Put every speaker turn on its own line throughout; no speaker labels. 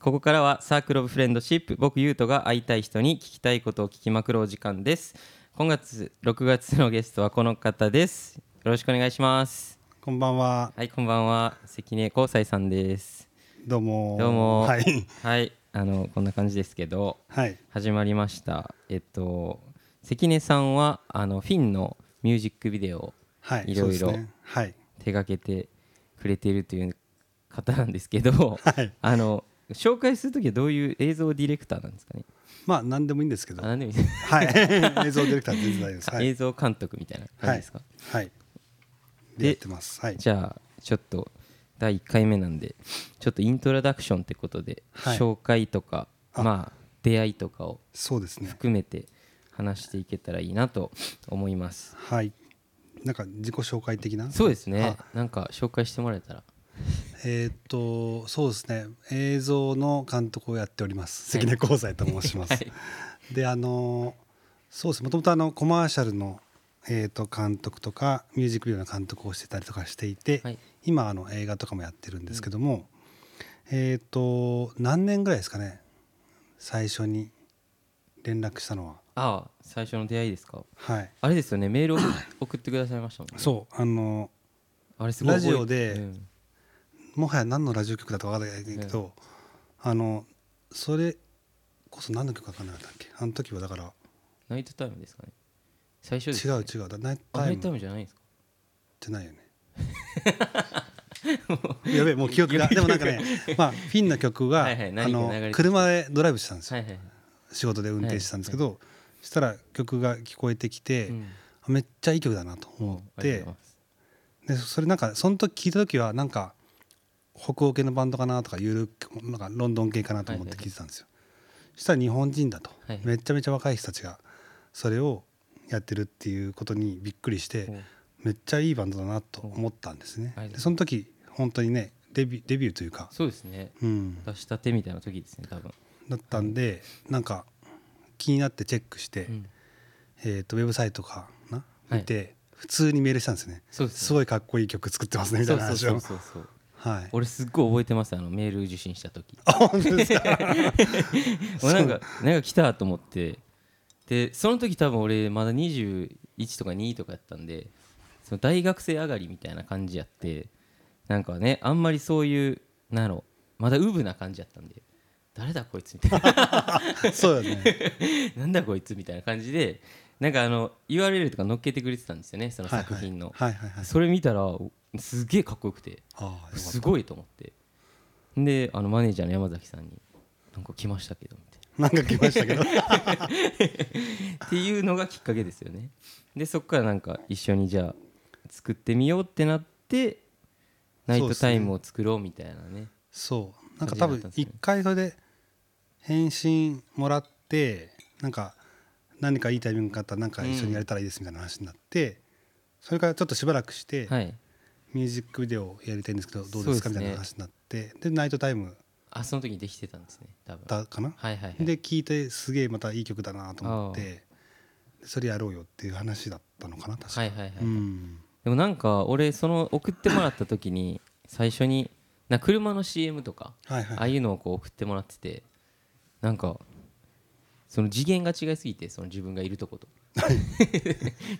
ここからはサークルオブフレンドシップ僕ゆうとが会いたい人に聞きたいことを聞きまくろう時間です今月6月のゲストはこの方ですよろしくお願いします
こんばんは。
はいこんばんは関根光斎さんです
どうも。
どうも
はい。
はいあのこんな感じですけど
はい。
始まりましたえっと関根さんはあのフィンのミュージックビデオを
はい。
いろいろ
そうですね。はい。
手掛けてくれているという方なんですけ ど
はい。
あの紹介するときはどういう映像ディレクターなんですかね。
まあ、何でもいいんですけど。
あな
は
んでもいいです
い。 映像ディレクター全然大丈夫です。は
映
い。
像監督みたいな感じですか。
はい。
で
やってます。はい。
じゃあちょっと第1回目なんでちょっとイントロダクションってことで、
はい
紹介とか
あ
まあ出会いとかを
そうですね。
含めて話していけたらいいなと思います。
はい。なんか自己紹介的な。
そうですね
あ。
なんか紹介してもらえたら。
えーっと、そうですね。映像の監督をやっております。関根光斎と申します。
はい
であのそうですもともとあのコマーシャルの、えー、と監督とかミュージックビデオの監督をしてたりとかしていて、
はい
今あの映画とかもやってるんですけども、えっ、と何年ぐらいですかね最初に連絡したのは
ああ最初の出会いですか。
はい
あれですよねメールを送送ってくださいましたもんね。
そうあの
あれすごい覚え
ラジオで
うん
もはや何のラジオ局だとか分からないけど、あのそれこそ何の曲か分からなかったっけあの時はだから
ナイトタイムですかね。最初です
違
ね、
う違うだナイト
あナ
タイ
イトタイ
ム
ムじゃないんですか。
じゃない よねやべえもう記憶がでもなんかねまあフィンの曲が、
はいはい
あ
何が流
の
れてきた
車でドライブしてたんですよ、
はいはいはい。
仕事で運転してたんですけど、そしたら曲が聞こえてきて、
うん
めっちゃいい曲だなと思
あ
っ
りがと
て
うございます
でそれなんかその時聞いた時はなんか北欧系のバンドかなとかゆるくなんかロンドン系かなと思って聞いてたんですよ、そしたら日本人だと、
はい
めちゃめちゃ若い人たちがそれをやってるっていうことにびっくりして、
うん
めっちゃいいバンドだなと思ったんですね
うんはい。
でその時本当にねデビューデビューというか、
そうですね。
うん、
出したてみたいな時ですね、多分。
だったんでなんか気になってチェックして、
うん
えー、とウェブサイトかな
はい
見て、普通にメールしたんですね。
そうです
すごいかっこいい曲作ってますねみたいな話
そ
を
う。そうそうそうそう。
はい。
俺すっごい覚えてますあのメール受信した時。
あ本当ですか。
俺なんかなんか来たと思って。でその時多分俺まだ21とか2とかやったんでその大学生上がりみたいな感じやってなんかねあんまりそういうなんやろまだウブな感じやったんで誰だこいつみたい な
そう だね。
なんだこいつみたいな感じでなんかあの URL とか載っけてくれてたんですよねその
はい
作品の、
はいはいはい。
それ見たらおすげえかっこよくて
ああよか
す
っ
ごいと思ってであのマネージャーの山崎さんに「なんか来ましたけど」みたい
た。なんか来ましたけど。
なっていうのがきっかけですよねでそっからなんか一緒にじゃあ作ってみようってなってナイトタイムを作ろうみたいなね
そうなんか多分一回それで返信もらってなんか何かいいタイミングがあったらなんか一緒にやれたらいいですみたいな話になって、それからちょっとしばらくして、
はい
ミュージックビデオをやりたいんですけどどうですか
そうですね
みたいな話になってでナイトタイム
あその時にできてたんですね多分
だかな、
はいはいはい
で聴いてすげえまたいい曲だなと思ってそれやろうよっていう話だったのかな確か、
はいはいはい、
うん
でもなんか俺その送ってもらった時に最初にな車の CM とか
はいはい
ああいうのをこう送ってもらっててなんかその次元が違いすぎてその自分がいるとこと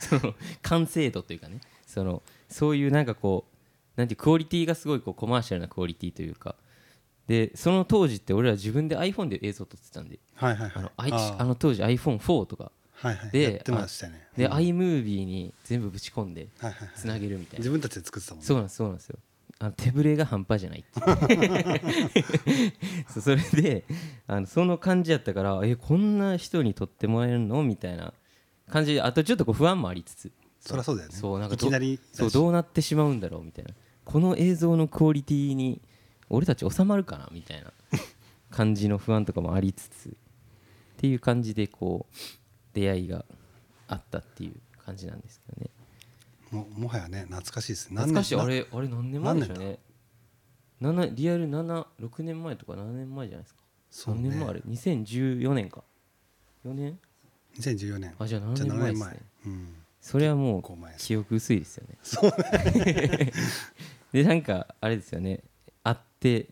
その完成度というかねそのそういうなんかこうなんていうクオリティがすごいこうコマーシャルなクオリティというかでその当時って俺ら自分で iPhone で映像撮ってたんで
はいはいは
あ
い
のあい
あー
あの当時 iPhone4 とか
はいはい
で
やってましたよね
で
うん
iMovie に全部ぶち込んで
はいはいはい
つなげるみたいな
自分たちで作ってたもんね
そうなんですそうなんですよあの手ぶれが半端じゃないっていう そうそれであのその感じやったからえこんな人に撮ってもらえるのみたいな感じであとちょっとこう不安もありつつ
そりゃそうだよね
そうなんか
いきなり
そうどうなってしまうんだろうみたいなこの映像のクオリティに俺たち収まるかなみたいな感じの不安とかもありつつっていう感じでこう出会いがあったっていう感じなんですけどね
ももはやね懐かしいですね
懐かしい
何
あ
年
れあれ何年前でしょうね七リアル76年前とか7年前じゃないですか
そうね
何年前あれ2014年か4年
2014年
あじゃあ
じゃ
7年
あ7
前で
年
す
前
ね
うん
それはも
構前
う
です
記憶薄いですよね でなんかあれですよね会って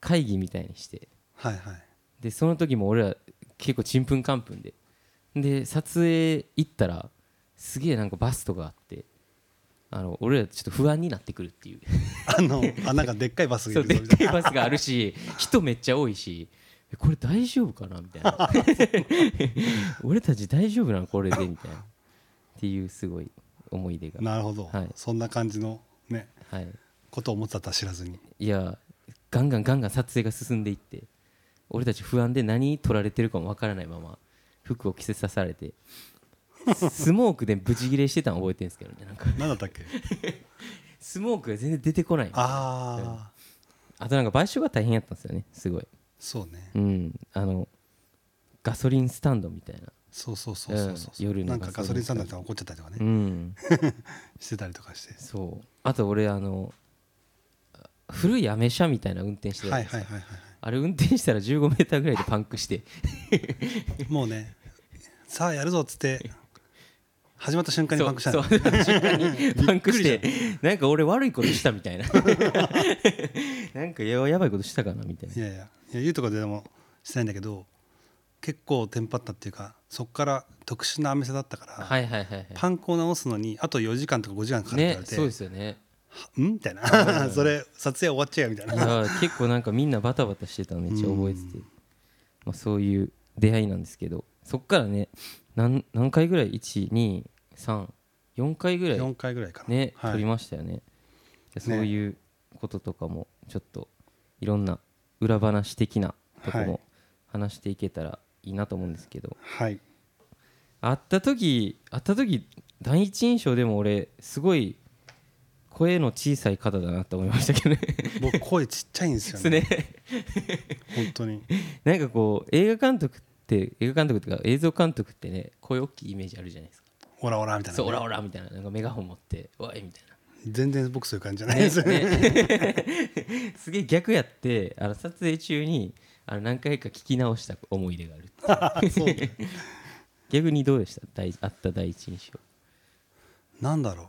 会議みたいにして
はいはい
でその時も俺ら結構ちんぷんかんぷんでで撮影行ったらすげえなんかバスとかあってあの俺らちょっと不安になってくるっていう
あのあなんかでっかいバスが
そ
いうる
で
ぞ
っ
みたい
かいバスがあるし人めっちゃ多いしえこれ大丈夫かなみたいな俺たち大丈夫なのこれでみたいなっていうすごい思い出が
ななるほど、
はい
そんな感じのね
はい、
ことを思ってたとは知らずに
いやガンガンガンガン撮影が進んでいって俺たち不安で何撮られてるかもわからないまま服を着せさされてスモークでブチギレしてたの覚えてるんですけどねなんか
何だった っけ
スモークが全然出てこないあ
ああ
となんか賠償が大変やったんですよねすごい
そうね
うんあのガソリンスタンドみたいな
そうそうそうそうそう、
うん夜の
なんかガソリンスタンドとか怒っちゃったりとかね、
うん
してたりとかして
そうあと俺あの古いアメ車みたいな運転してた
は
ん
い
です
はいはいは
あれ運転したら1 5メーターぐらいでパンクして
いもうねさあやるぞっつって始まった瞬間にパンクした
そう
の
そう 瞬間にパンクしてなんか俺悪いことしたみ たいななんかややばいことしたかなみたいない
やいやいや言うとこでもしてないんだけど結構テンパったっていうかそっから特殊なアメ車だったから、
はいはいはいは
パンクを直すのにあと4時間とか5時間かか
い
るっ
ね
て言われて、
そうですよね
うんみたいな それ撮影終わっちゃうよみたい
いや
な
結構なんかみんなバタバタしてたのめっちゃ覚えてて、まあ、そういう出会いなんですけどそっからね何何回ぐらい123 4回ぐらい
4回ぐらいかな、
ね、
はい
撮りましたよねそういうこととかもちょっといろんな裏話的なとこ
はい
も話していけたらいいなと思うんですけど、
はい
会った時会った時第一印象でも俺すごい声の小さい方だなと思いましたけどね
僕声ちっちゃいんですよ
です
ね
ね
本当に
なんかこう映画監督って映画監督っていうか映像監督ってね声大きいイメージあるじゃないですか
オラオラみたいなね、
そうオラオラみたいななんかメガホン持っておいみたいな
全然僕そういう感じじゃないですよね
ねすげえ逆やってあの撮影中にあの何回か聞き直した思い出がある
そう
逆にどうでした第あった第一印象
なんだろう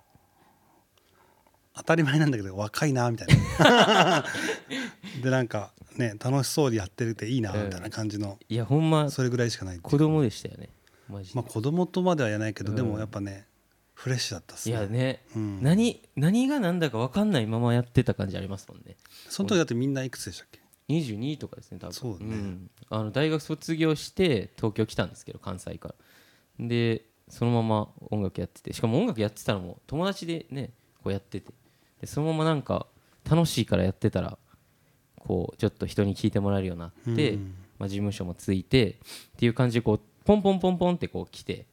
当たり前なんだけど若いなみたい なでなんかね楽しそうにやってるっていいなみたいな感じの、
いやほんま
それぐらいしかないっていう
子供でしたよねマジで、
まあ子供とまではやらないけど、
うん
でもやっぱねフレッシュだったっす
いや
ね
ね、
うん
何何が何だか分かんないままやってた感じありますもんね
その時だってみんないくつでしたっけ
22とかですね多分
そうだね
ん、あの大学卒業して東京来たんですけど関西からでそのまま音楽やっててしかも音楽やってたのも友達でねこうやっててでそのままなんか楽しいからやってたらこうちょっと人に聞いてもらえるようになって、
うん
まあ、事務所もついてっていう感じでこうポンポンポンポンってこう来て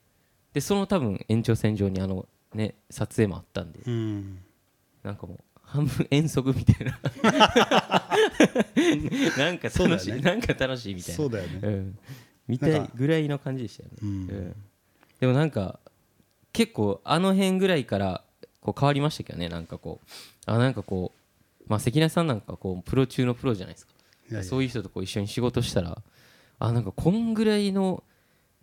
でその多分延長線上にあのね撮影もあったんで
うん
なんかもう半分遠足みたい ななんか
そうだ
楽
よ
しい、
ね
なんか楽しいみたいな
そうだよね
うん、みたいぐらいの感じでしたよね、
う
うんん、でもなんか結構あの辺ぐらいからこう変わりましたけどねなんかこうあなんかこうまあ関根さんなんかこうプロ中のプロじゃないですか
いやいや
そういう人とこう一緒に仕事したらあなんかこんぐらいの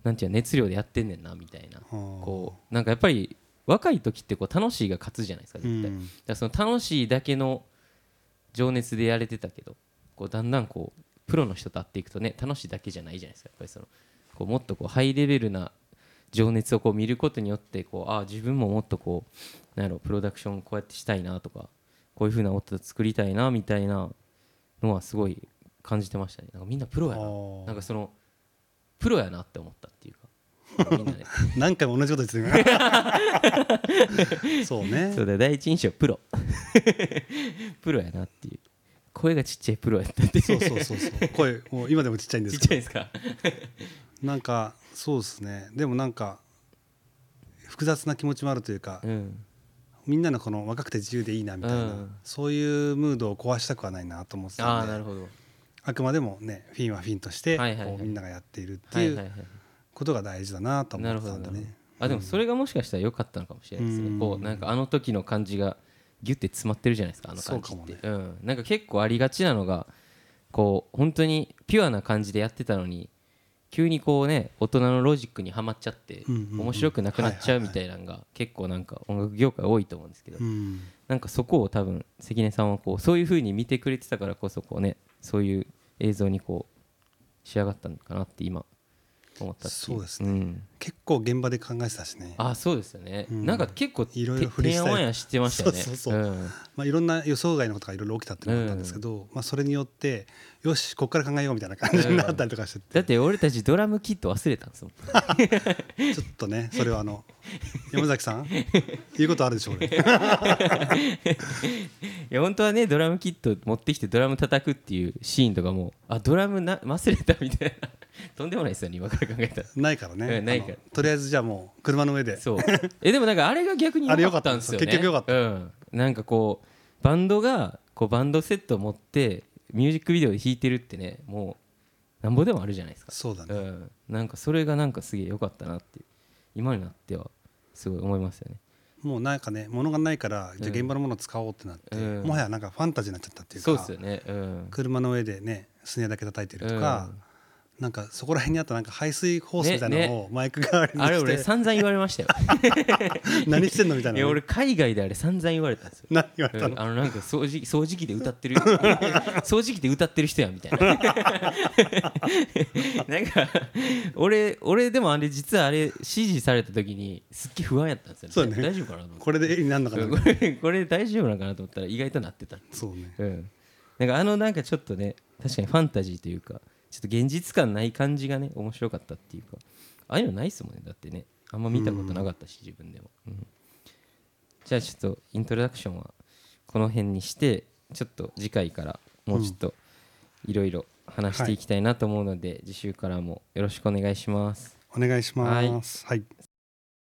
なんていうの熱量でやってんねんなみたいなこうなんかやっぱり若い時ってこう楽しいが勝つじゃないですか
う
絶対、
ん
だからその楽しいだけの情熱でやれてたけどこうだんだんこうプロの人と会っていくとね楽しいだけじゃないじゃないですかやっぱりそのこうもっとこうハイレベルな情熱をこう見ることによってこうああ自分ももっとこうなんやろプロダクションこうやってしたいなとかこういうふうな音作りたいなみたいなのはすごい感じてましたねなんかみんなプロや
あ
な
ー
なんかそのプロやなって思ったっていうかみんなね
何回も同じこと言って るそうね
そうだ第一印象プロ プロやなっていう声がちっちゃいプロやったって
そうそうそうそう声もう今でもちっちゃいんで
ちっ
す
ちゃ
け
いですか
どなんかそうですねでもなんか複雑な気持ちもあるというか、
うん
みんなのこの若くて自由でいいなみたいな、
うん
そういうムードを壊したくはないなと思って
あ
た
あ
んで
なる
あ
ほど
くまでもねフィンはフィンとして、
はいはいはい
こうみんながやっているって
はいいはいうは
ことが大事だなと
いな
思
る
って
ほ
た
ど
ん
な
で
るほど
ね
あでもそれがもしかしたら良かったのかもしれないです
うん
ねこうなんかあの時の感じがギュッて詰まってるじゃないですかあの感じって
そう
う、ん、なんか結構ありがちなのがこう本当にピュアな感じでやってたのに急にこうね大人のロジックにはまっちゃって
うんうんうん
面白くなくなっちゃうみたいなのが結構なんか音楽業界多いと思うんですけど
うん
なんかそこを多分関根さんはこうそういう風に見てくれてたからこそこうねそういう映像にこう仕上がったのかなって今思ったってい
そうですね
ん
結構現場で考えてたしね
あそうですよね、
うん
なんか結構
いろいろフリー
て
ス
て
タ
んや
イル
わんやしてましたよね
そうそうそうんまあ、いろんな予想外のことがいろいろ起きたっていうのがあったんですけど、まあ、それによってよしここから考えようみたいな感じになったりとかしてて、
だって俺たちドラムキット忘れたん ですもん
ちょっとねそれはあの山崎さん言うことあるでしょうね
いや本当はねドラムキット持ってきてドラム叩くっていうシーンとかもあドラムな忘れたみたいなとんでもないですよね今から考えたら
ないからね、
うんないから
あのとりあえずじゃあもう車の上で
そうえでもなんかあれが逆に
あれ
良かったんですよね
良かったん
うん、なんかこうバンドがこうバンドセットを持ってミュージックビデオで弾いてるってねもうなんぼでもあるじゃないですか
そうだ
う
ね、
ん、なんかそれがなんかすげえ良かったなって今になってはすごい思いますよね
もうなんかね物がないからじゃあ現場のものを使おうってなって、
うん
もはやなんかファンタジーになっちゃったっていうか
そうですよねうん
車の上でねスネだけ叩いてるとか、なんかそこら辺にあったなんか排水ホースみたいな
ね
のをマイク代わりに
あれ
し
俺
て、
散々言われましたよ
何してんのみたい
い
な
や
ね、
俺海外であれ散々言われたんですよ
何言われ た
う
の
んあのなんか掃除掃除機で歌ってる 掃除機で歌ってる人やみたいな なんか俺俺でもあれ実はあれ指示された時にすっげえ不安やったんですよ、
そうね
大丈夫かなと思って
これで絵になるのかなみたいな
これ これ大丈夫なのかなと思ったら意外となってた
そうね
うんなんかあのなんかちょっとね確かにファンタジーというかちょっと現実感ない感じがね面白かったっていうかああいうのないっすもんねだってねあんま見たことなかったし自分でも、うんじゃあちょっとイントロダクションはこの辺にしてちょっと次回からもうちょっといろいろ話していきたいなと思うので、次週からもよろしくお願いします
お願いします。はい